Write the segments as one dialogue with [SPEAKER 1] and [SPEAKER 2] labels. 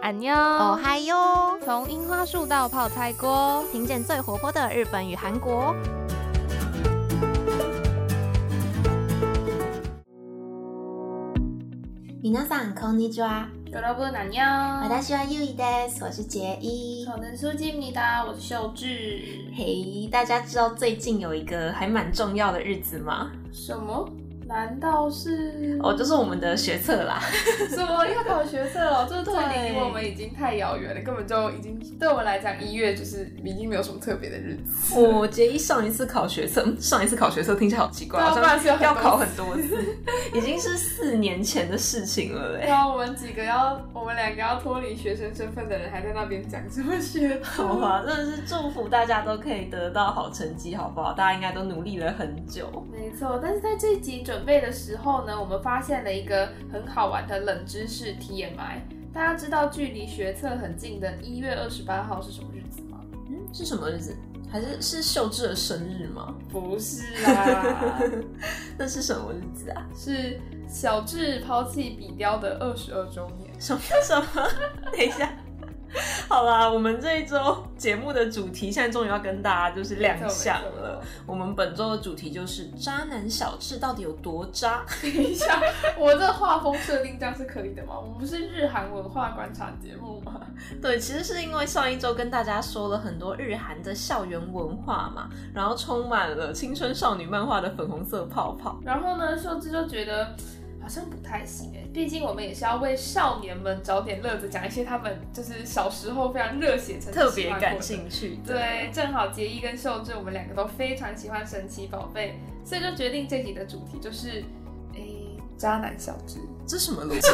[SPEAKER 1] 안녕，
[SPEAKER 2] 哦嗨哟！
[SPEAKER 1] 从樱花树到泡菜锅，
[SPEAKER 2] 听见最活泼的日本与韩国。皆さんこんにちは。
[SPEAKER 1] 여러분안녕，
[SPEAKER 2] 私はゆいです，我是杰一。
[SPEAKER 1] 我的苏吉米达，我是秀智。
[SPEAKER 2] 嘿，大家知道最近有一个还蛮重要的日子吗？
[SPEAKER 1] 什么？难道是
[SPEAKER 2] 哦，就是我们的学测 啦。
[SPEAKER 1] 什么要考学测了？这对离
[SPEAKER 2] 对
[SPEAKER 1] 我们已经太遥远了，根本就已经对我们来讲，一月就是已经没有什么特别的日子。
[SPEAKER 2] 我杰一上一次考学测， 嗯上一次考学测听起来好奇怪，
[SPEAKER 1] 对啊
[SPEAKER 2] 好
[SPEAKER 1] 不然是有
[SPEAKER 2] 像
[SPEAKER 1] 很
[SPEAKER 2] 要
[SPEAKER 1] 多次
[SPEAKER 2] 考很多次，已经是四年前的事情了哎。
[SPEAKER 1] 然后我们几个要，我们两个要脱离学生身份的人，还在那边讲什么学 测？
[SPEAKER 2] 好啊，真的是祝福大家都可以得到好成绩，好不好？大家应该都努力了很久。
[SPEAKER 1] 没错，但是在这集准备的时候呢，我们发现了一个很好玩的冷知识 TMI。大家知道距离学测很近的一月二十八号是什么日子吗？
[SPEAKER 2] 嗯，是什么日子？还是是秀智的生日吗？
[SPEAKER 1] 不是啦，
[SPEAKER 2] 啊那是什么日子啊？
[SPEAKER 1] 是小智抛弃笔雕的二十二周年。
[SPEAKER 2] 什么什么？等一下。好啦，我们这一周节目的主题现在终于要跟大家就是亮相了。我们本周的主题就是渣男小智到底有多渣？
[SPEAKER 1] 没错。没错等一下，我这画风设定这样是可以的吗？我们不是日韩文化观察节目吗？
[SPEAKER 2] 对，其实是因为上一周跟大家说了很多日韩的校园文化嘛，然后充满了青春少女漫画的粉红色泡泡。
[SPEAKER 1] 然后呢，秀智就觉得好像不太行哎，毕竟我们也是要为少年们找点乐子，讲一些他们就是小时候非常热血、
[SPEAKER 2] 特别感
[SPEAKER 1] 性。
[SPEAKER 2] 兴趣的。
[SPEAKER 1] 对，正好杰一跟秀智，我们两个都非常喜欢神奇宝贝，所以就决定这集的主题就是，诶，渣男小智，
[SPEAKER 2] 这什么逻辑？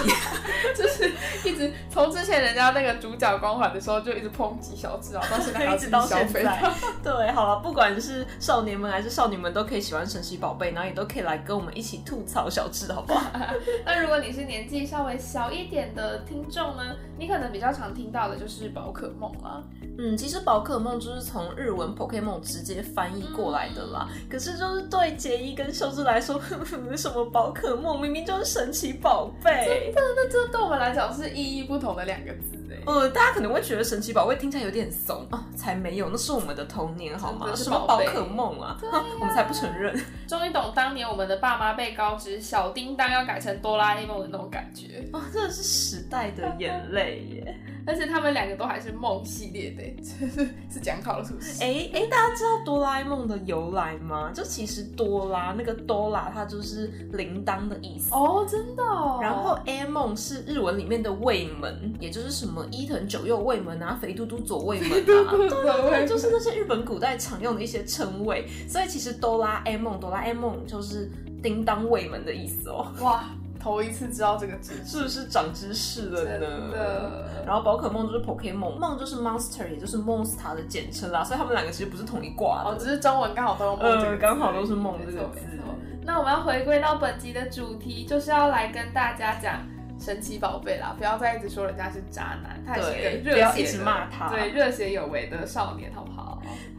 [SPEAKER 1] 就是一直从之前人家那个主角光环的时候就一直抨击小 智啊，到现在还要
[SPEAKER 2] 一直到
[SPEAKER 1] 自己消
[SPEAKER 2] 现
[SPEAKER 1] 费
[SPEAKER 2] 在
[SPEAKER 1] 它。
[SPEAKER 2] 对，好了，不管是少年们还是少女们，都可以喜欢神奇宝贝，然后也都可以来跟我们一起吐槽小智，好不好？
[SPEAKER 1] 那如果你是年纪稍微小一点的听众呢，你可能比较常听到的就是宝可梦啊啦。
[SPEAKER 2] 嗯，其实宝可梦就是从日文 Pokemon 直接翻译过来的啦。可是就是对杰伊跟秀智来说， 什么宝可梦明明就是神奇宝贝。
[SPEAKER 1] 那这对我们来讲是意义不同的两个字哎。
[SPEAKER 2] 呃，大家可能会觉得神奇宝贝听起来有点怂哦，才没有，那是我们的童年好
[SPEAKER 1] 真
[SPEAKER 2] 吗？
[SPEAKER 1] 的是
[SPEAKER 2] 什么
[SPEAKER 1] 宝
[SPEAKER 2] 宝
[SPEAKER 1] 贝
[SPEAKER 2] 可梦啊，哼 我们才不承认。
[SPEAKER 1] 终于懂当年我们的爸妈被告知小叮当要改成哆啦 A 梦的那种感觉，
[SPEAKER 2] 哦，真的是时代的眼泪耶。
[SPEAKER 1] 而且他们两个都还是梦系列的欸，就是是讲好了是不是？
[SPEAKER 2] 哎哎，大家知道哆啦 A 梦的由来吗？就其实哆啦那个哆啦，它就是铃铛的意思。
[SPEAKER 1] 哦，真的、哦。
[SPEAKER 2] 然后 A 梦是日文里面的卫门，也就是什么伊藤九右卫门啊、肥嘟嘟左卫门啊，对
[SPEAKER 1] 左
[SPEAKER 2] 对
[SPEAKER 1] 卫门
[SPEAKER 2] 对，就是那些日本古代常用的一些称谓。所以其实哆啦 A 梦，哆啦 A 梦就是叮当卫门的意思哦，
[SPEAKER 1] 哇，头一次知道这个知识，
[SPEAKER 2] 是不是长知识了
[SPEAKER 1] 真
[SPEAKER 2] 呢？
[SPEAKER 1] 的。
[SPEAKER 2] 然后宝可梦就是 Pokemon，梦就是 Monster，也就是 Monster 的简称啦，所以他们两个其实不是同一挂的。
[SPEAKER 1] 哦，只是中文刚好都用梦这个
[SPEAKER 2] 呃，
[SPEAKER 1] 字
[SPEAKER 2] 刚好都是梦这
[SPEAKER 1] 没
[SPEAKER 2] 个
[SPEAKER 1] 错
[SPEAKER 2] 字。
[SPEAKER 1] 没错那我们要回归到本集的主题，就是要来跟大家讲神奇宝贝啦，不要再一直说人家是渣男，他也是一个
[SPEAKER 2] 对
[SPEAKER 1] 热血的
[SPEAKER 2] 不要一直骂他
[SPEAKER 1] 对，热血有为的少年，好不好？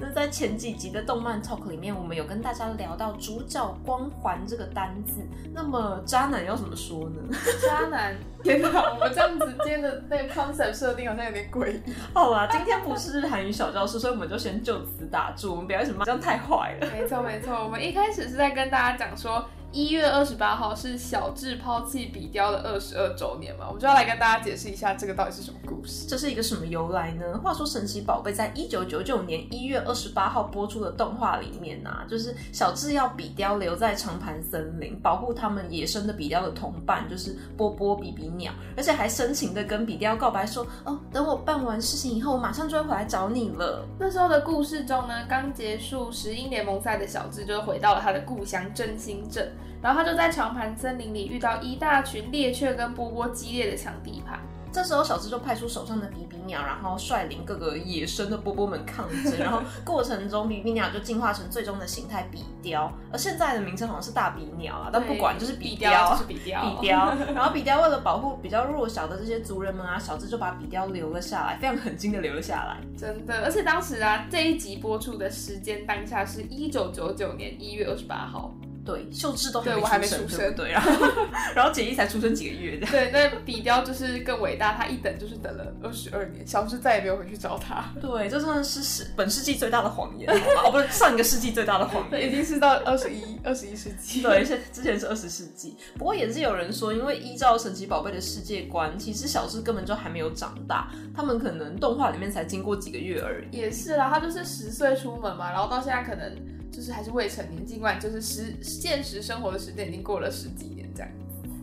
[SPEAKER 2] 那在前几集的动漫 talk 里面，我们有跟大家聊到主角光环这个单字。那么渣男要怎么说呢？
[SPEAKER 1] 渣男，天哪，我们这样子今天的那个 concept 设定好像有点诡异。
[SPEAKER 2] 好啦，今天不是韩语小教室，所以我们就先就此打住，我们不要一直骂，这样太坏了。
[SPEAKER 1] 没错没错，我们一开始是在跟大家讲说。一月二十八号是小智抛弃笔雕的二十二周年嘛，我们就要来跟大家解释一下这个到底是什么故事。
[SPEAKER 2] 这是一个什么由来呢？话说神奇宝贝在一九九九年一月二十八号播出的动画里面啊，就是小智要比雕留在长盘森林，保护他们野生的比雕的同伴，就是波波比比鸟，而且还深情的跟比雕告白说：“哦，等我办完事情以后，我马上就会回来找你了。
[SPEAKER 1] 那时候的故事中呢，刚结束石英联盟赛的小智就回到了他的故乡真心镇，然后他就在长盘森林里遇到一大群猎雀跟波波激烈的抢地盘。”
[SPEAKER 2] 这时候，小智就派出手上的比比鸟，然后率领各个野生的波波们抗争，然后过程中比比鸟就进化成最终的形态比雕，而现在的名称好像是大比鸟啊，但不管就是比雕啊
[SPEAKER 1] 雕，就是比雕，
[SPEAKER 2] 比雕， 然后比雕为了保护比较弱小的这些族人们啊，小智就把比雕留了下来，非常狠心的留了下来。
[SPEAKER 1] 真的。而且当时啊，这一集播出的时间当下是一九九九年一月二十八号，
[SPEAKER 2] 对，秀智都
[SPEAKER 1] 对我还
[SPEAKER 2] 没
[SPEAKER 1] 没
[SPEAKER 2] 生，
[SPEAKER 1] 出
[SPEAKER 2] 对
[SPEAKER 1] 生
[SPEAKER 2] 不对？然后 然后简一才出生几个月这样。
[SPEAKER 1] 对，那比雕就是更伟大，他一等就是等了二十二年，小智再也没有回去找他，
[SPEAKER 2] 对，这真的是史本世纪最大的谎 言，好吧哦，不是上一个世纪最大的谎
[SPEAKER 1] 已
[SPEAKER 2] 言。
[SPEAKER 1] 经是到二十一、二十一世 纪。
[SPEAKER 2] 对，现之前是二十世纪，不过也是有人说，因为依照神奇宝贝的世界观，其实小智根本就还没有长大，他们可能动画里面才经过几个月而已。
[SPEAKER 1] 也是啦，他就是十岁出门嘛，然后到现在可能就是还是未成年，尽管就是实现实生活的时间已经过了十几年这样。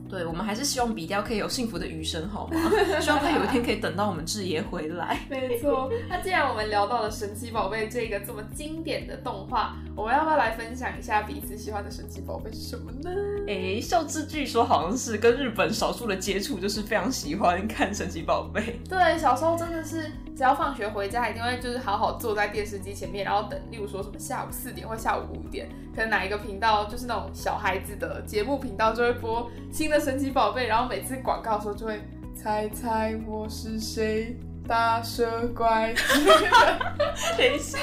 [SPEAKER 2] 对，我们还是希望比雕可以有幸福的余生，好 吗？希望他有一天可以等到我们智爷回来。
[SPEAKER 1] 没错，那既然我们聊到了神奇宝贝这个这么经典的动画，我们要不要来分享一下彼此喜欢的神奇宝贝是什么呢？
[SPEAKER 2] 诶，秀智据说好像是跟日本少数的接触，就是非常喜欢看神奇宝贝。
[SPEAKER 1] 对，小时候真的是只要放学回家，一定会就是好好坐在电视机前面，然后等，例如说什么下午四点或下午五点，可能哪一个频道就是那种小孩子的节目频道就会哎播新的神奇宝贝，然后每次广告的时候就会猜猜我是谁。大蛇怪，
[SPEAKER 2] 等一下，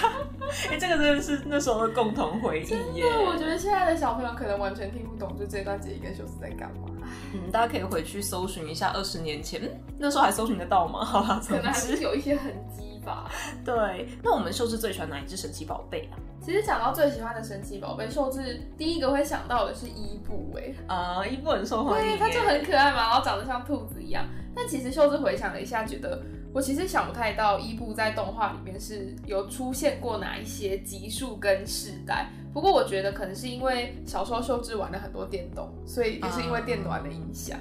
[SPEAKER 2] 诶，这个真的是那时候的共同回忆耶。
[SPEAKER 1] 对，我觉得现在的小朋友可能完全听不懂，就这段结衣跟秀子在干嘛，
[SPEAKER 2] 嗯，大家可以回去搜寻一下二十年前，嗯那时候还搜寻得到吗？ 好啦，
[SPEAKER 1] 可
[SPEAKER 2] 总
[SPEAKER 1] 能还
[SPEAKER 2] 之
[SPEAKER 1] 是有一些痕迹吧。
[SPEAKER 2] 对。那我们秀智最喜欢哪一只神奇宝贝啊？
[SPEAKER 1] 其实讲到最喜欢的神奇宝贝，秀智第一个会想到的是伊布、哎，
[SPEAKER 2] 呃，伊布很受欢迎
[SPEAKER 1] 对，
[SPEAKER 2] 耶，
[SPEAKER 1] 它就很可爱嘛，然后长得像兔子一样。但其实秀智回想了一下，觉得我其实想不太到伊布在动画里面是有出现过哪一些集数跟世代。不过我觉得可能是因为小时候秀智玩了很多电动，所以也是因为电玩的影响。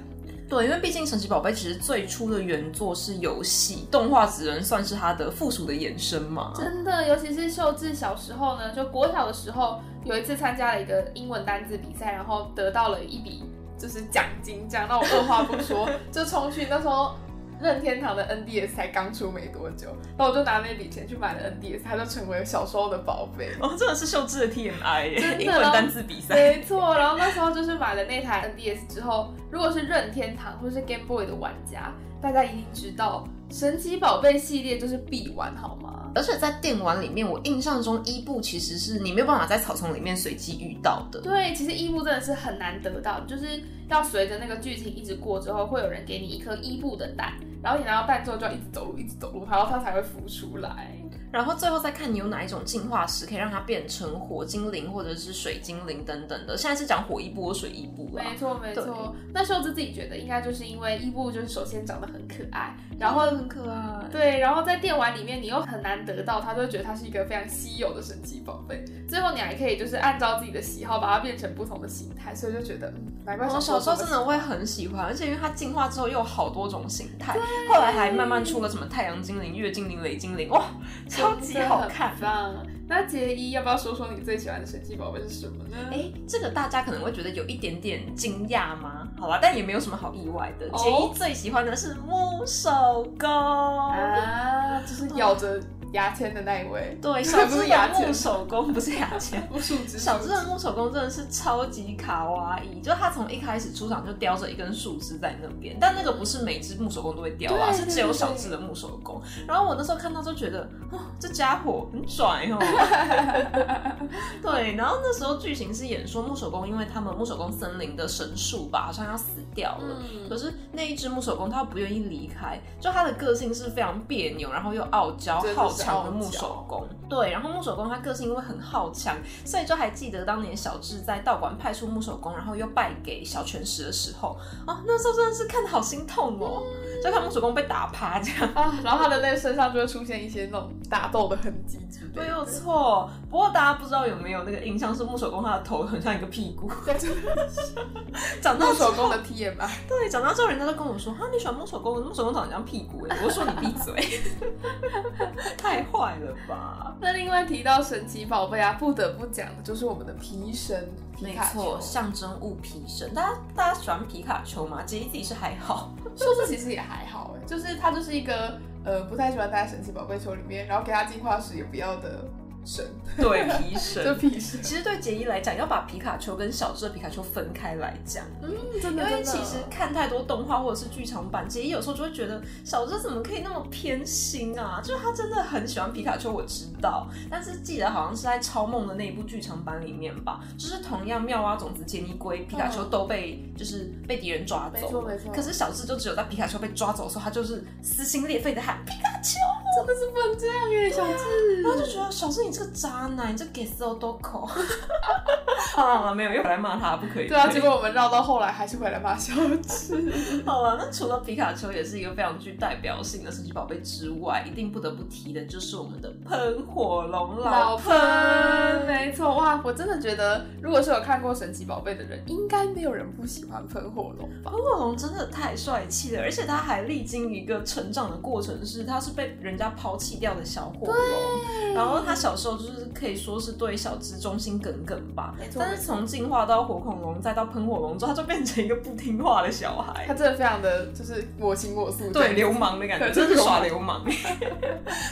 [SPEAKER 2] 对，因为毕竟神奇宝贝其实最初的原作是游戏，动画只能算是它的附属的延伸嘛。
[SPEAKER 1] 真的，尤其是秀智小时候呢，就国小的时候，有一次参加了一个英文单字比赛，然后得到了一笔就是奖金，这样，那我二话不说就冲去那时候。任天堂的 NDS 才刚出没多久，那我就拿那笔钱去买了 NDS，它就成为小时候的宝贝。
[SPEAKER 2] 哦，真的是秀智的 TMI
[SPEAKER 1] 真
[SPEAKER 2] 耶，
[SPEAKER 1] 的啊
[SPEAKER 2] 英文单字比赛。
[SPEAKER 1] 没错，然后那时候就是买了那台 NDS 之后，如果是任天堂或是 Game Boy 的玩家，大家一定知道神奇宝贝系列就是必玩，好吗？
[SPEAKER 2] 而且在电玩里面，我印象中伊布其实是你没有办法在草丛里面随机遇到的。
[SPEAKER 1] 对，其实伊布真的是很难得到，就是要随着那个剧情一直过之后，会有人给你一颗伊布的蛋，然后你拿到蛋之后就要一直走路，一直走路，然后它才会孵出来。
[SPEAKER 2] 然后最后再看你有哪一种进化石可以让它变成火精灵或者是水精灵等等的。现在是讲火一步或水一步啦
[SPEAKER 1] 没。错，没
[SPEAKER 2] 对
[SPEAKER 1] 错。那秀智自己觉得应该就是因为伊布就是首先长得很可爱，然后
[SPEAKER 2] 很可爱。
[SPEAKER 1] 对，然后在电玩里面你又很难得到它，就会觉得它是一个非常稀有的神奇宝贝。最后你还可以就是按照自己的喜好把它变成不同的形态，所以就觉得嗯，难怪
[SPEAKER 2] 我哦小时候真的会很喜欢，而且因为它进化之后又有好多种形态，后来还慢慢出了什么太阳精灵、月精灵、雷精灵，哇，超级好看
[SPEAKER 1] 真。的很棒。那杰一，要不要说说你最喜欢的神奇宝贝是什么呢？
[SPEAKER 2] 哎，这个大家可能会觉得有一点点惊讶吗？好吧，但也没有什么好意外的。
[SPEAKER 1] 哦
[SPEAKER 2] 杰一最喜欢的是木手工。
[SPEAKER 1] 啊，就是咬着牙签的那一 位，
[SPEAKER 2] 对，小
[SPEAKER 1] 不
[SPEAKER 2] 只
[SPEAKER 1] 是牙
[SPEAKER 2] 的
[SPEAKER 1] 签
[SPEAKER 2] 木手工不是牙签，
[SPEAKER 1] 无数只
[SPEAKER 2] 小智的木手工真的是超级卡哇伊，就他从一开始出场就叼着一根树枝在那边，但那个不是每只木手工都会叼啊，
[SPEAKER 1] 对
[SPEAKER 2] 是只有小智的木手工。然后我那时候看到就觉得，哦，这家伙很拽 哦。对，然后那时候剧情是演说木手工，因为他们木手工森林的神树吧，好像要死掉了。可
[SPEAKER 1] 嗯，
[SPEAKER 2] 是那一只木手工，它不愿意离开，就它的个性是非常别扭，然后又傲娇、
[SPEAKER 1] 真的是
[SPEAKER 2] 好强的木手工。对，然后木手工它个性因为很好强，所以就还记得当年小智在道馆派出木手工，然后又败给小拳石的时候，哦，那时候真的是看的好心痛哦，就看木手工被打趴这样。
[SPEAKER 1] 啊，然后他的那个身上就会出现一些那种打斗的痕迹之类的，
[SPEAKER 2] 没有错，不过大家不知道有没有那个印象是木手工他的头很像一个屁股，
[SPEAKER 1] 对，就是
[SPEAKER 2] 长到
[SPEAKER 1] 木手工的 TMI。
[SPEAKER 2] 对，长大之后人家都跟我说，哈，你喜欢木手工，木手工长得像屁股哎，我就说你闭嘴， 太坏了吧？
[SPEAKER 1] 那另外提到神奇宝贝啊，不得不讲的就是我们的皮神皮
[SPEAKER 2] 没
[SPEAKER 1] 卡
[SPEAKER 2] 错，
[SPEAKER 1] 丘，
[SPEAKER 2] 象征物皮神，大家大家喜欢皮卡丘吗？杰伊自己是还 好，
[SPEAKER 1] 说是其实也还好哎、就是他就是一个呃不太喜欢待在神奇宝贝球里面，然后给他进化时也不要的神，
[SPEAKER 2] 对皮
[SPEAKER 1] 这
[SPEAKER 2] 神。
[SPEAKER 1] 屁事，
[SPEAKER 2] 其实对杰伊来讲，要把皮卡丘跟小智的皮卡丘分开来讲，
[SPEAKER 1] 真
[SPEAKER 2] 因
[SPEAKER 1] 的，
[SPEAKER 2] 为
[SPEAKER 1] 真
[SPEAKER 2] 其
[SPEAKER 1] 的
[SPEAKER 2] 实看太多动画或者是剧场版，杰伊有时候就会觉得小智怎么可以那么偏心啊？就是他真的很喜欢皮卡丘，我知道，但是记得好像是在《超梦》的那一部剧场版里面吧，就是同样妙蛙种子、杰尼龟、皮卡丘都被、就是被敌人抓
[SPEAKER 1] 没
[SPEAKER 2] 走
[SPEAKER 1] 错
[SPEAKER 2] 了
[SPEAKER 1] 没错
[SPEAKER 2] 可是小智就只有在皮卡丘被抓走的时候，他就是撕心裂肺的喊皮卡丘，
[SPEAKER 1] 真的是不能这样耶，小智
[SPEAKER 2] 然，后就觉得小智你这个渣男，你这给死我多口。 好了好了，没有又来骂他，不可以。
[SPEAKER 1] 对啊，结果我们绕到后来还是回来骂小智，
[SPEAKER 2] 好了，那除了皮卡丘也是一个非常具代表性的神奇宝贝之外，一定不得不提的就是我们的喷火龙老喷。
[SPEAKER 1] 没错，哇，我真的觉得，如果是有看过神奇宝贝的人，应该没有人不喜欢喷火龙吧？
[SPEAKER 2] 喷火龙真的太帅气了，而且它还历经一个成长的过程是，它是被人家抛弃掉的小火龙，然后它小时候就是可以说是对小智忠心耿耿吧
[SPEAKER 1] 没，错
[SPEAKER 2] 但是从进化到火恐龙再到喷火龙之后，它就变成一个不听话的小孩
[SPEAKER 1] 他。真的非常的就是我行我素，
[SPEAKER 2] 对流氓的感觉，
[SPEAKER 1] 对
[SPEAKER 2] 真的
[SPEAKER 1] 就是是
[SPEAKER 2] 耍流氓。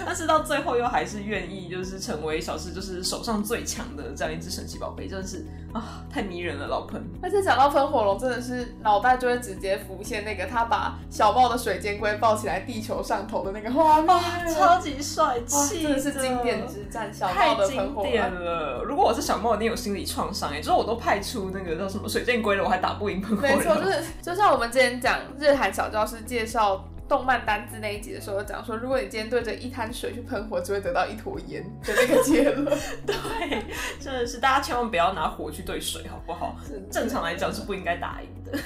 [SPEAKER 2] 但是到最后又还是愿意，就是成为小智就是手上最强的这样一只神奇宝贝，真的是啊，太迷人了，老彭。
[SPEAKER 1] 而且讲到喷火龙，真的是脑袋就会直接浮现那个他把小豹的水箭龟抱起来地球上头的那个画面，
[SPEAKER 2] 哇，超级帅
[SPEAKER 1] 啊哇
[SPEAKER 2] 气，
[SPEAKER 1] 真的是经典之战，小
[SPEAKER 2] 太
[SPEAKER 1] 豹的喷
[SPEAKER 2] 经
[SPEAKER 1] 火
[SPEAKER 2] 典
[SPEAKER 1] 龙。
[SPEAKER 2] 了！如果我是小猫，一定有心理创伤哎，就是我都派出那个叫什么水箭龟了，我还打不赢喷火
[SPEAKER 1] 没错，就
[SPEAKER 2] 龙。
[SPEAKER 1] 是就像我们之前讲日韩小教室介绍动漫单字那一集的时候，讲说，如果你今天对着一滩水去喷火，只会得到一坨烟的那个结 论。
[SPEAKER 2] 对，真的是大家千万不要拿火去对水，好不好？
[SPEAKER 1] 是
[SPEAKER 2] 正常来讲是不应该打赢的。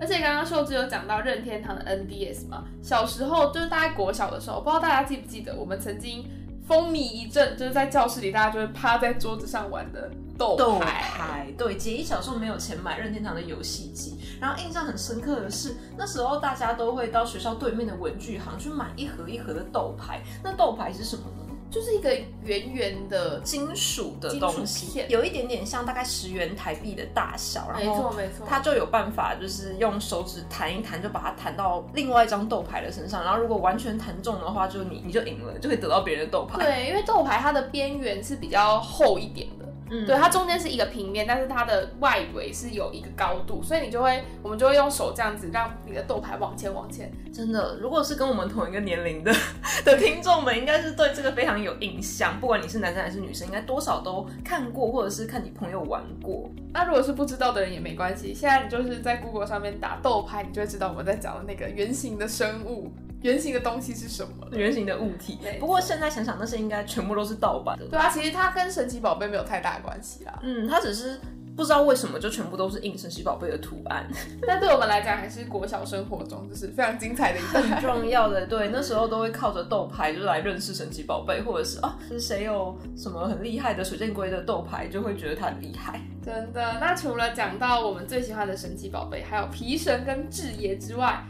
[SPEAKER 1] 而且刚刚秀智有讲到任天堂的 NDS 嘛，小时候就是大概国小的时候，不知道大家记不记得，我们曾经风靡一阵，就是在教室里大家就会趴在桌子上玩的斗
[SPEAKER 2] 斗
[SPEAKER 1] 牌。
[SPEAKER 2] 牌，对，杰一小时候没有钱买任天堂的游戏机，然后印象很深刻的是，那时候大家都会到学校对面的文具行去买一盒一盒的豆牌。那豆牌是什么呢？
[SPEAKER 1] 就是一个圆圆的，
[SPEAKER 2] 金属的
[SPEAKER 1] 金属
[SPEAKER 2] 东西
[SPEAKER 1] 片，
[SPEAKER 2] 有一点点像大概十元台币的大小，
[SPEAKER 1] 没
[SPEAKER 2] 然
[SPEAKER 1] 错
[SPEAKER 2] 后
[SPEAKER 1] 没错，
[SPEAKER 2] 它就有办法，就是用手指弹一弹，就把它弹到另外一张豆牌的身上，然后如果完全弹中的话，就你你就赢了，就可以得到别人的豆牌。
[SPEAKER 1] 对，因为斗牌它的边缘是比较厚一点的，
[SPEAKER 2] 嗯
[SPEAKER 1] 对，它中间是一个平面，但是它的外围是有一个高度，所以你就会，我们就会用手这样子让你的豆牌往前往前。
[SPEAKER 2] 真的，如果是跟我们同一个年龄的 的听众们，应该是对这个非常有印象。不管你是男生还是女生，应该多少都看过，或者是看你朋友玩过。
[SPEAKER 1] 那如果是不知道的人也没关系，现在你就是在 Google 上面打豆牌，你就会知道我们在讲的那个圆形的生物、圆形的东西是什么了。
[SPEAKER 2] 圆形的物体
[SPEAKER 1] 没，错
[SPEAKER 2] 不过现在想想，那些应该全部都是盗版的。
[SPEAKER 1] 对啊，其实它跟神奇宝贝没有太大关系啦，
[SPEAKER 2] 嗯，它只是不知道为什么就全部都是印神奇宝贝的图 案，
[SPEAKER 1] 但对我们来讲还是国小生活中就是非常精彩的一段。
[SPEAKER 2] 很重要的。对，那时候都会靠着豆牌就是来认识神奇宝贝，或者是啊，是谁有什么很厉害的水箭龟的豆牌，就会觉得它很厉害。
[SPEAKER 1] 真的，那除了讲到我们最喜欢的神奇宝贝，还有皮神跟智爷之外，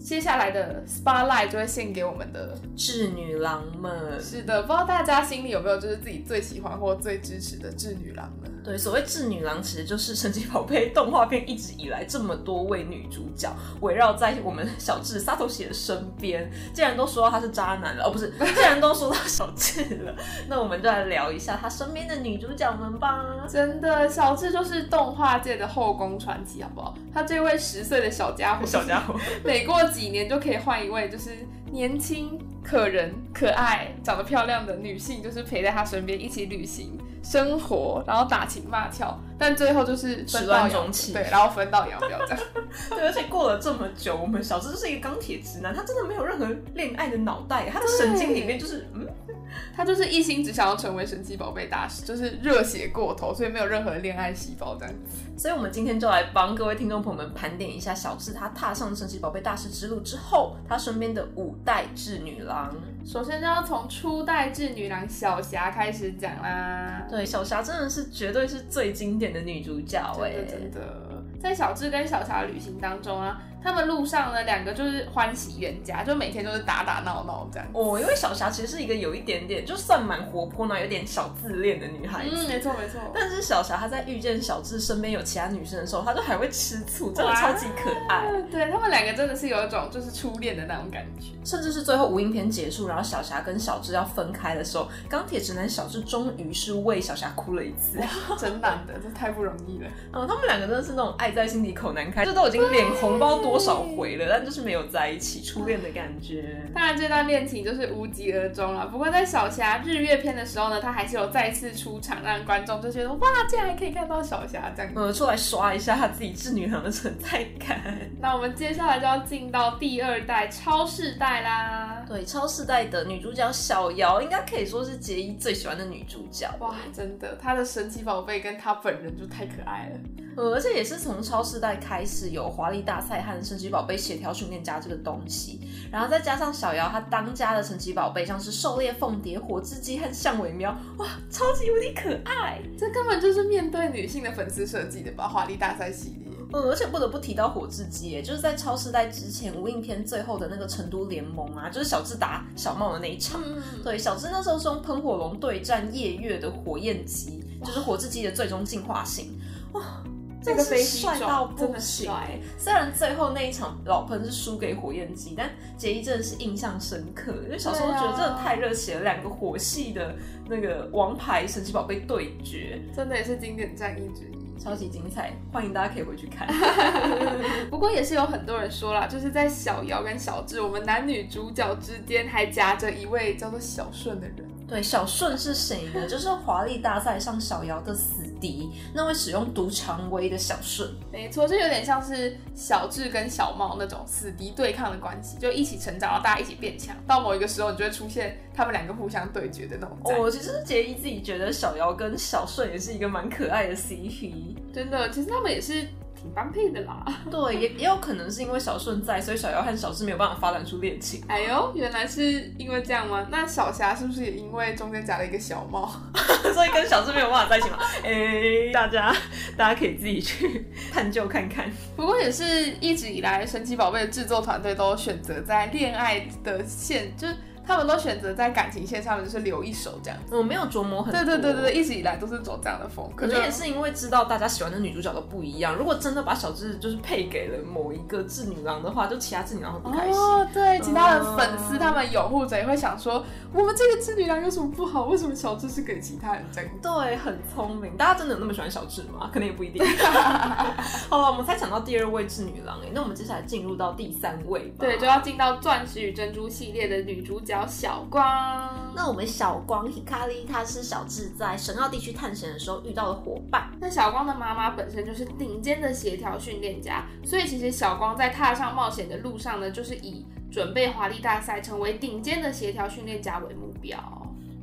[SPEAKER 1] 接下来的 spotlight 就会献给我们的。
[SPEAKER 2] 智女郎们，
[SPEAKER 1] 是的，不知道大家心里有没有就是自己最喜欢或最支持的智女郎呢？
[SPEAKER 2] 对，所谓智女郎，其实就是神奇宝贝动画片一直以来这么多位女主角围绕在我们小智萨托西的身边。既然都说到他是渣男了，哦，不是，既然都说到小智了，那我们就来聊一下他身边的女主角们吧。
[SPEAKER 1] 真的，小智就是动画界的后宫传奇，好不好？他这位十岁的小家伙，
[SPEAKER 2] 小家伙，
[SPEAKER 1] 每过几年就可以换一位，就是年轻、可人、可爱、长得漂亮的女性，就是陪在他身边一起旅行、生活，然后打情骂俏，但最后就是分道
[SPEAKER 2] 始乱
[SPEAKER 1] 扬
[SPEAKER 2] 终弃
[SPEAKER 1] 对，然后分道扬镳这样。
[SPEAKER 2] 对，而且过了这么久，我们小智是一个钢铁直男，他真的没有任何恋爱的脑袋，他的神经里面就是嗯，
[SPEAKER 1] 他就是一心只想要成为神奇宝贝大师，就是热血过头，所以没有任何恋爱细胞这样子。
[SPEAKER 2] 所以，我们今天就来帮各位听众朋友们盘点一下小智他踏上神奇宝贝大师之路之后，他身边的五代智女郎。
[SPEAKER 1] 首先就要从初代智女郎小霞开始讲啦。
[SPEAKER 2] 对，小霞真的是绝对是最经典的女主角哎、
[SPEAKER 1] 真的真的，在小智跟小霞的旅行当中啊，他们路上呢，两个就是欢喜冤家，就每天都是打打闹闹这样。
[SPEAKER 2] 哦，因为小霞其实是一个有一点点，就算蛮活泼呢，有点小自恋的女孩子。
[SPEAKER 1] 嗯，没错没错。
[SPEAKER 2] 但是小霞她在遇见小智身边有其他女生的时候，她就还会吃醋，真的超级可爱。
[SPEAKER 1] 对他们两个真的是有一种就是初恋的那种感 觉。
[SPEAKER 2] 甚至是最后无印篇结束，然后小霞跟小智要分开的时候，钢铁直男小智终于是为小霞哭了一次。
[SPEAKER 1] 真难的，这太不容易了。
[SPEAKER 2] 嗯，他们两个真的是那种爱在心底口难开，这都已经脸红不知道多少回了，但就是没有在一起，初恋的感觉。
[SPEAKER 1] 当然，这段恋情就是无疾而终啊了。不过在小霞日月篇的时候呢，她还是有再次出场，让观众就觉得哇，竟然还可以看到小霞这样。
[SPEAKER 2] 呃，出来刷一下她自己是女郎的存在感。
[SPEAKER 1] 那我们接下来就要进到第二代超世代啦。
[SPEAKER 2] 对，超世代的女主角小瑶，应该可以说是杰一最喜欢的女主角。
[SPEAKER 1] 哇，真的，她的神奇宝贝跟她本人就太可爱了。
[SPEAKER 2] 呃，而且也是从超世代开始有华丽大赛和神奇宝贝协调训练家这个东西，然后再加上小瑶她当家的神奇宝贝，像是狩猎凤蝶、火之鸡和象尾喵，哇，超级无敌可爱。
[SPEAKER 1] 这根本就是面对女性的粉丝设计的吧？华丽大赛系列。
[SPEAKER 2] 嗯，而且不得不提到火之鸡耶，就是在超世代之前无印篇最后的那个成都联盟啊，就是小智打小茂的那一场。
[SPEAKER 1] 嗯，
[SPEAKER 2] 对，小智那时候是用喷火龙对战夜月的火焰鸡，就是火之鸡的最终进化型。哇，
[SPEAKER 1] 这个
[SPEAKER 2] 真是
[SPEAKER 1] 飞机
[SPEAKER 2] 帅
[SPEAKER 1] 种
[SPEAKER 2] 到不
[SPEAKER 1] 真的
[SPEAKER 2] 行
[SPEAKER 1] 帅
[SPEAKER 2] 欸！虽然最后那一场老喷是输给火焰鸡，但杰一真的是印象深刻，因为小时候
[SPEAKER 1] 对啊
[SPEAKER 2] 觉得真的太热血了，两个火系的那个王牌神奇宝贝对决，
[SPEAKER 1] 真的也是经典战役之一。
[SPEAKER 2] 超级精彩，欢迎大家可以回去看。
[SPEAKER 1] 不过也是有很多人说啦，就是在小瑶跟小智，我们男女主角之间还夹着一位叫做小顺的人。
[SPEAKER 2] 对，小顺是谁呢？就是华丽大赛上小瑶的死敌，那位使用毒蔷薇的小顺。
[SPEAKER 1] 没错，就有点像是小智跟小茂那种死敌对抗的关系，就一起成长，然后大家一起变强。到某一个时候，你就会出现他们两个互相对决的那种战役。
[SPEAKER 2] 哦我其实杰一自己觉得小瑶跟小顺也是一个蛮可爱的 CP，
[SPEAKER 1] 真的，其实他们也是挺般配的啦。
[SPEAKER 2] 对，也也有可能是因为小顺在，所以小瑶和小智没有办法发展出恋情。
[SPEAKER 1] 哎呦，原来是因为这样吗？那小霞是不是也因为中间夹了一个小茂？
[SPEAKER 2] 所以跟小智没有办法在一起嘛？哎、大家大家可以自己去探究看看。
[SPEAKER 1] 不过也是一直以来，神奇宝贝的制作团队都选择在恋爱的线，就是他们都选择在感情线上面就是留一手这样。
[SPEAKER 2] 我没有琢磨很
[SPEAKER 1] 对
[SPEAKER 2] 多，
[SPEAKER 1] 对对对，对，一直以来都是走这样的风格。
[SPEAKER 2] 可能也是因为知道大家喜欢的女主角都不一样。如果真的把小智就是配给了某一个智女郎的话，就其他智女郎会不开心。
[SPEAKER 1] 哦，对，其他的粉丝他们拥护者也会想说，我们这个织女郎有什么不好？为什么小智是给其他人这样？
[SPEAKER 2] 对，很聪明。大家真的有那么喜欢小智吗？可能也不一 定。好了，我们才讲到第二位智女郎哎，那我们接下来进入到第三位吧。
[SPEAKER 1] 对，就要进到钻石与珍珠系列的女主角小光。
[SPEAKER 2] 那我们小光 Hikari，她是小智在神奥地区探险的时候遇到的伙伴。
[SPEAKER 1] 那小光的妈妈本身就是顶尖的协调训练家，所以其实小光在踏上冒险的路上呢，就是以准备华丽大赛成为顶尖的协调训练家为目标。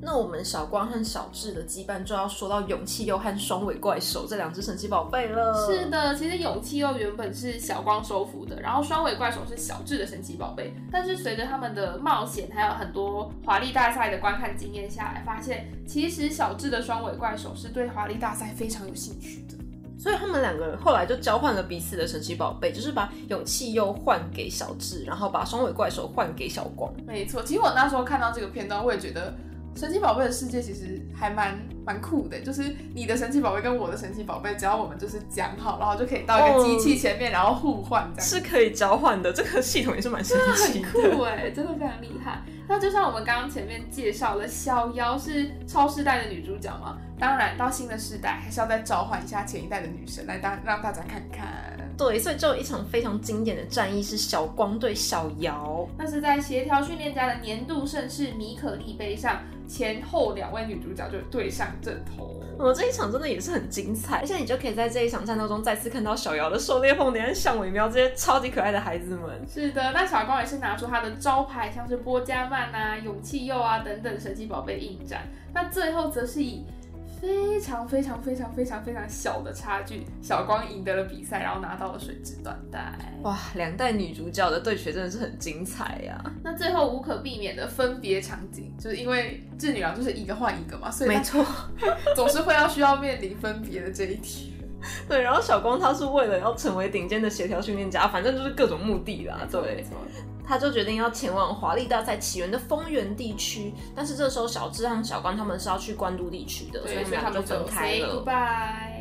[SPEAKER 2] 那我们小光和小智的羁绊就要说到勇气鼬和双尾怪兽这两只神奇宝贝了。
[SPEAKER 1] 是的，其实勇气鼬原本是小光收服的，然后双尾怪手是小智的神奇宝贝。但是随着他们的冒险，还有很多华丽大赛的观看经验下来，发现其实小智的双尾怪手是对华丽大赛非常有兴趣的。
[SPEAKER 2] 所以他们两个人后来就交换了彼此的神奇宝贝，就是把勇气鼬换给小智，然后把双尾怪兽换给小光。
[SPEAKER 1] 没错，其实我那时候看到这个片段，我也觉得神奇宝贝的世界其实还蛮蛮酷的，就是你的神奇宝贝跟我的神奇宝贝，只要我们就是讲好，然后就可以到一个机器前面，然后互换这样。
[SPEAKER 2] 是可以交换的，这个系统也是蛮神奇
[SPEAKER 1] 很
[SPEAKER 2] 的。
[SPEAKER 1] 酷哎、真的非常厉害。那就像我们刚刚前面介绍了，小瑶是超世代的女主角嘛，当然到新的世代还是要再召唤一下前一代的女神来当让大家看看。
[SPEAKER 2] 对，所以就有一场非常经典的战役是小光对小瑶。
[SPEAKER 1] 那是在协调训练家的年度盛事米可利杯上，前后两位女主角就对上阵头。
[SPEAKER 2] 我、哦这一场真的也是很精彩，而且你就可以在这一场战斗中再次看到小瑶的狩猎凤蝶和向尾喵这些超级可爱的孩子们。
[SPEAKER 1] 是的，那小光也是拿出他的招牌，像是波加曼啊、勇气鼬啊等等神奇宝贝应战。那最后则是以非常非常非常非常非常小的差距，小光赢得了比赛，然后拿到了水之缎带。
[SPEAKER 2] 哇，两代女主角的对决真的是很精彩呀、
[SPEAKER 1] 那最后无可避免的分别场景，就是因为智女郎就是一个换一个嘛，所以
[SPEAKER 2] 没
[SPEAKER 1] 她
[SPEAKER 2] 错，
[SPEAKER 1] 总是会要需要面临分别的这一题。
[SPEAKER 2] 对，然后小光他是为了要成为顶尖的协调训练家，反正就是各种目的啦。啊对，他就决定要前往华丽大赛起源的丰原地区，但是这时候小智和小光他们是要去关都地区的，所
[SPEAKER 1] 对，
[SPEAKER 2] 以
[SPEAKER 1] 所
[SPEAKER 2] 他
[SPEAKER 1] 以
[SPEAKER 2] 们俩
[SPEAKER 1] 他
[SPEAKER 2] 就
[SPEAKER 1] 们
[SPEAKER 2] 分开了。
[SPEAKER 1] 拜。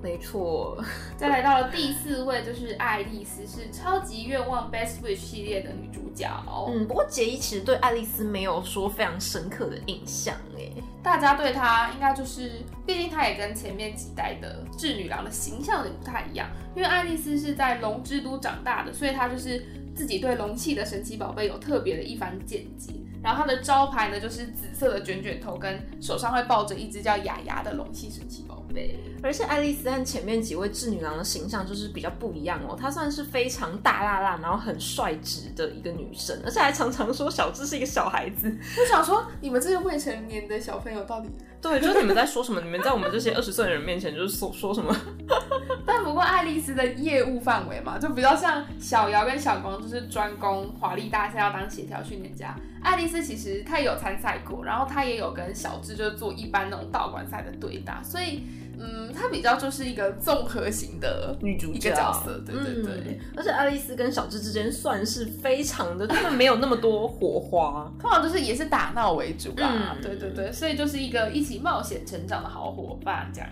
[SPEAKER 2] 没错，
[SPEAKER 1] 再来到了第四位，就是爱丽丝，是超级愿望 Best Wish 系列的女主角。
[SPEAKER 2] 嗯，不过杰伊其实对爱丽丝没有说非常深刻的印象哎。
[SPEAKER 1] 大家对她应该就是，毕竟她也跟前面几代的智女郎的形象有点不太一样，因为爱丽丝是在龙之都长大的，所以她就是自己对龙系的神奇宝贝有特别的一番见解。然后她的招牌呢，就是紫色的卷卷头，跟手上会抱着一只叫雅雅的龙系神奇宝贝。
[SPEAKER 2] 而且爱丽丝和前面几位智女郎的形象就是比较不一样哦，她算是非常大辣辣，然后很率直的一个女生，而且还常常说小智是一个小孩子。
[SPEAKER 1] 我想说，你们这些未成年的小朋友到底
[SPEAKER 2] 对，就是你们在说什么？你们在我们这些二十岁的人面前就是说说什么？
[SPEAKER 1] 但不过爱丽丝的业务范围嘛，就比较像小姚跟小光，就是专攻华丽大赛要当协调训练家。爱丽丝其实她也有参赛过，然后她也有跟小智就是做一般那种道馆赛的对打，所以嗯，她比较就是一个综合型的
[SPEAKER 2] 女主角
[SPEAKER 1] 一个角色，对对对。
[SPEAKER 2] 嗯而且爱丽丝跟小智之间算是非常的，他们没有那么多火花。
[SPEAKER 1] 通常就是也是打闹为主啦，
[SPEAKER 2] 嗯
[SPEAKER 1] 对对对，所以就是一个一起冒险成长的好伙伴这样。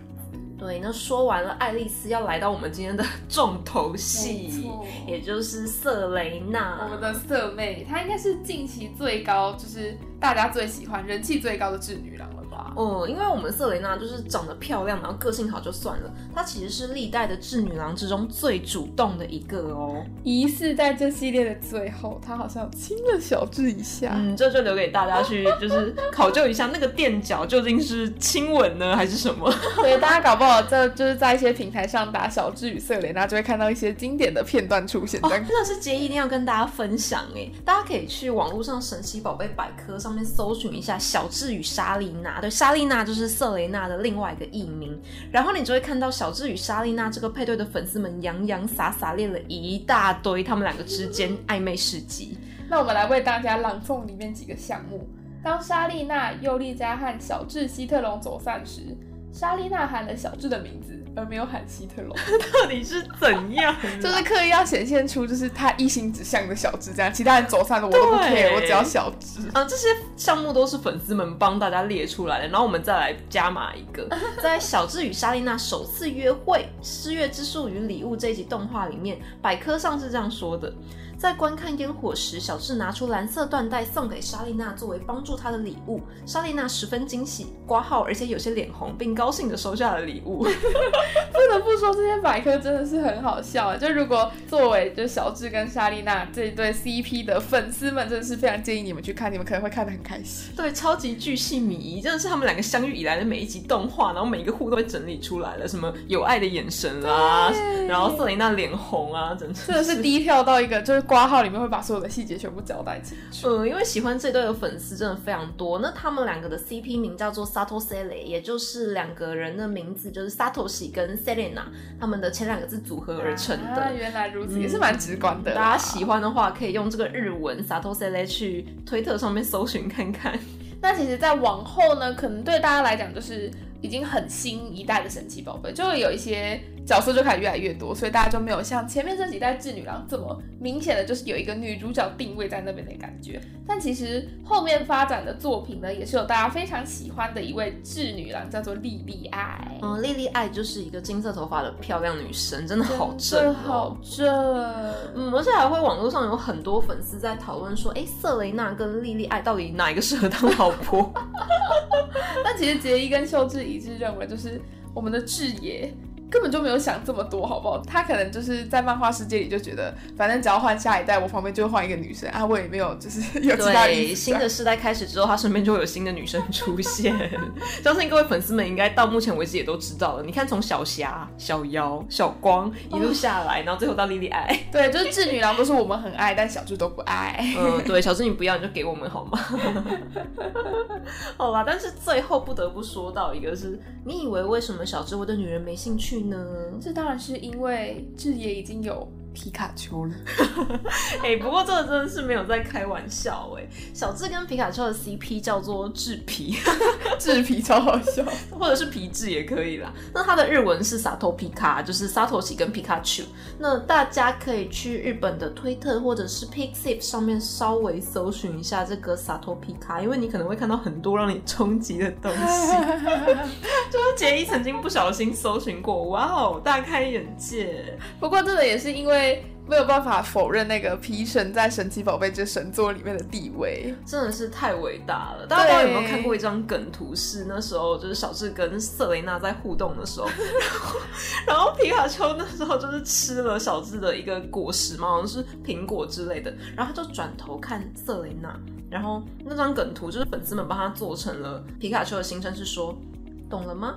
[SPEAKER 2] 对，那说完了爱丽丝，要来到我们今天的重头戏，也就是瑟雷娜。
[SPEAKER 1] 我们的色妹，她应该是近期最高，就是大家最喜欢、人气最高的智女郎了吧？
[SPEAKER 2] 哦，因为我们瑟雷娜就是长得漂亮，然后个性好就算了，她其实是历代的智女郎之中最主动的一个哦。
[SPEAKER 1] 疑似在这系列的最后，她好像亲了小智一下。
[SPEAKER 2] 嗯，这就留给大家去就是考究一下，那个垫脚究竟是亲吻呢，还是什么？
[SPEAKER 1] 对，大家搞不好在就是在一些平台上打小智与瑟雷娜，就会看到一些经典的片段出现。这样
[SPEAKER 2] 哦真的是杰一定要跟大家分享哎，大家可以去网络上神奇宝贝百科上面搜寻一下小智与莎莉娜，对，莎莉娜就是瑟雷娜的另外一个艺名，然后你就会看到小智与莎莉娜这个配对的粉丝们洋洋洒洒列了一大堆他们两个之间暧昧事迹。
[SPEAKER 1] 那我们来为大家朗诵里面几个项目。当莎莉娜、尤利加和小智、希特龙走散时，莎莉娜喊了小智的名字，而没有喊希特龙。
[SPEAKER 2] 到底是怎样？啊
[SPEAKER 1] 就是刻意要显现出就是他一心只向着小智这样，其他人走散了我都不 care，
[SPEAKER 2] 对
[SPEAKER 1] 我只要小智。
[SPEAKER 2] 啊，这些项目都是粉丝们帮大家列出来的，然后我们再来加码一个，在小智与莎莉娜首次约会《失月之术与礼物》这一集动画里面，百科上是这样说的：在观看烟火时，小智拿出蓝色缎带送给莎莉娜作为帮助她的礼物，莎莉娜十分惊喜，挂号，而且有些脸红，并高兴的收下了礼物。
[SPEAKER 1] 不得不说，这些百科真的是很好笑啊！就如果作为就小智跟莎莉娜这一对 CP 的粉丝们，真的是非常建议你们去看，你们可能会看得很开心。
[SPEAKER 2] 对，超级巨细靡遗，真的是他们两个相遇以来的每一集动画，然后每一个互动被整理出来了，什么有爱的眼神啦、
[SPEAKER 1] 对
[SPEAKER 2] 然后瑟琳娜脸红啊，真的
[SPEAKER 1] 真的是低调到一个，就是挂号里面会把所有的细节全部交代清楚。
[SPEAKER 2] 嗯，因为喜欢这对的粉丝真的非常多。那他们两个的 CP 名叫做 Sato Sele，也就是两个人的名字就是 Satoshi 跟 Selena，他们的前两个字组合而成的。
[SPEAKER 1] 啊原来如此，也是蛮直观的啦。
[SPEAKER 2] 大家喜欢的话，可以用这个日文 Sato Sele 去推特上面搜寻看看。
[SPEAKER 1] 那其实，在往后呢，可能对大家来讲就是已经很新一代的神奇宝贝，就有一些角色就开始越来越多，所以大家就没有像前面这几代智女郎这么明显的就是有一个女主角定位在那边的感觉。但其实后面发展的作品呢，也是有大家非常喜欢的一位智女郎，叫做莉莉爱。
[SPEAKER 2] 嗯，莉莉爱就是一个金色头发的漂亮女生，真的好正、哦
[SPEAKER 1] 真的好正，
[SPEAKER 2] 嗯，而且还会网络上有很多粉丝在讨论说，哎、瑟雷娜跟莉莉爱到底哪一个适合当老 婆？
[SPEAKER 1] 但其实杰伊跟秀智一致认为，就是我们的智也根本就没有想这么多，好不好？他可能就是在漫画世界里就觉得，反正只要换下一代，我旁边就会换一个女生啊，我也没有就是有其他意
[SPEAKER 2] 对，
[SPEAKER 1] 思啊
[SPEAKER 2] 新。的世代开始之后，她身边就会有新的女生出现。 相信各位粉丝们应该到目前为止也都知道了。你看，从小霞、小妖、小光一路下来，然后最后到莉莉爱。
[SPEAKER 1] 对， 就是智女郎都是我们很爱，但小智都不爱。
[SPEAKER 2] 嗯，对，小智你不要你就给我们好吗？ 好啦，但是最后不得不说到一个是，你以为为什么小智会对女人没兴趣呢？
[SPEAKER 1] 这当然是因为智也已经有皮卡丘 了。
[SPEAKER 2] 哎、不过这个真的是没有在开玩笑哎、小智跟皮卡丘的 CP 叫做智皮，
[SPEAKER 1] 制皮超好笑，
[SPEAKER 2] 或者是皮质也可以啦。那它的日文是萨托皮卡，就是萨托西跟皮卡丘。那大家可以去日本的推特或者是 Pixiv 上面稍微搜寻一下这个萨托皮卡，因为你可能会看到很多让你冲击的东 西。就是杰伊曾经不小心搜寻过，哇哦，大开眼界。
[SPEAKER 1] 不过这个也是因为没有办法否认那个皮神在神奇宝贝这神作里面的地位。
[SPEAKER 2] 真的是太伟大了！大家不知道有没有看过一张梗图是，那时候就是小智跟瑟雷娜在互动的时候，然后然后皮卡丘那时候就是吃了小智的一个果实嘛，好像是苹果之类的，然后他就转头看瑟雷娜，然后那张梗图就是粉丝们帮他做成了皮卡丘的心声是说，懂了吗？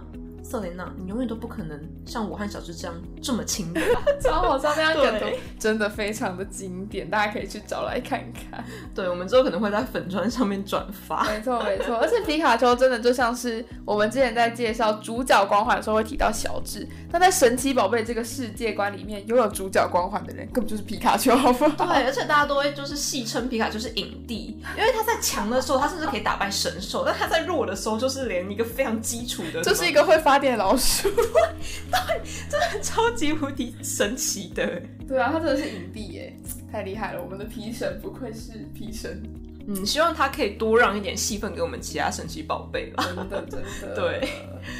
[SPEAKER 2] 瑟雷娜，你永远都不可能像我和小智这样这么亲密。
[SPEAKER 1] 超好笑，那张梗图
[SPEAKER 2] 对
[SPEAKER 1] 真的非常的经典，大家可以去找来看看。
[SPEAKER 2] 对，我们之后可能会在粉砖上面转发。
[SPEAKER 1] 没错没错，而且皮卡丘真的就像是我们之前在介绍主角光环的时候会提到小智，但在神奇宝贝这个世界观里面，拥有主角光环的人根本就是皮卡丘，好不 好？
[SPEAKER 2] 对，而且大家都会就是戏称皮卡就是影帝，因为他在强的时候，他甚至可以打败神兽，但他在弱的时候，就是连一个非常基础的，
[SPEAKER 1] 就是一个会发电的老鼠。
[SPEAKER 2] 超级无敌神奇的。
[SPEAKER 1] 对啊，他真的是影帝耶，太厉害了！我们的皮神不愧是皮神，
[SPEAKER 2] 嗯，希望他可以多让一点戏份给我们其他神奇宝贝吧。
[SPEAKER 1] 真的真的。
[SPEAKER 2] 对，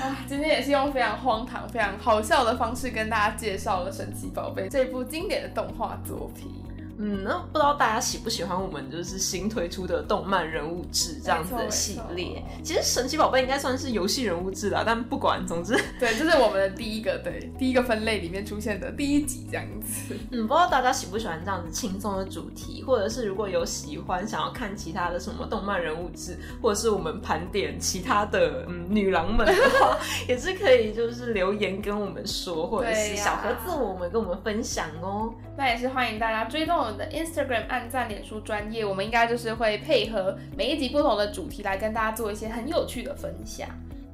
[SPEAKER 1] 啊，今天也是用非常荒唐、非常好笑的方式跟大家介绍了《神奇宝贝》这部经典的动画作品。
[SPEAKER 2] 嗯，那不知道大家喜不喜欢我们就是新推出的动漫人物志这样子的系列
[SPEAKER 1] 没错没？
[SPEAKER 2] 其实神奇宝贝应该算是游戏人物志啦，但不管，总之
[SPEAKER 1] 对，这是我们的第一个对第一个分类里面出现的第一集这样子。
[SPEAKER 2] 嗯，不知道大家喜不喜欢这样子轻松的主题，或者是如果有喜欢想要看其他的什么动漫人物志，或者是我们盘点其他的嗯女郎们的话， 也是可以就是留言跟我们说，或者是
[SPEAKER 1] 对呀
[SPEAKER 2] 小盒子我们跟我们分享哦。
[SPEAKER 1] 那也是欢迎大家追踪我们的 Instagram、按赞、脸书专业，我们应该就是会配合每一集不同的主题来跟大家做一些很有趣的分享。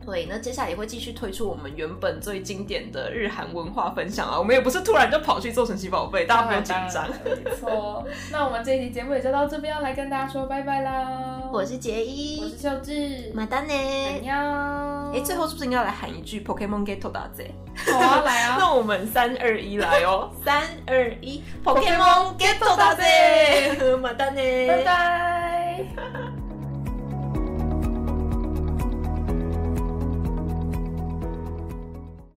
[SPEAKER 2] 对，那接下来也会继续推出我们原本最经典的日韩文化分享啊，我们也不是突然就跑去做神奇宝贝，大家不用紧张。
[SPEAKER 1] 没错。那我们这一期节目也就到这边，要来跟大家说拜拜啦。
[SPEAKER 2] 我是杰
[SPEAKER 1] 我
[SPEAKER 2] 伊
[SPEAKER 1] 是，秀智，
[SPEAKER 2] 马丹呢。
[SPEAKER 1] 안녕。
[SPEAKER 2] 哎、最后是不是应该来喊一句 Pokemon Get 大姐？
[SPEAKER 1] 好啊，来啊。
[SPEAKER 2] 那我们三二一来哦，三二一
[SPEAKER 1] Pokemon
[SPEAKER 2] ，Pokemon get 到大
[SPEAKER 1] Get
[SPEAKER 2] 家，马丹呢？
[SPEAKER 1] 拜拜。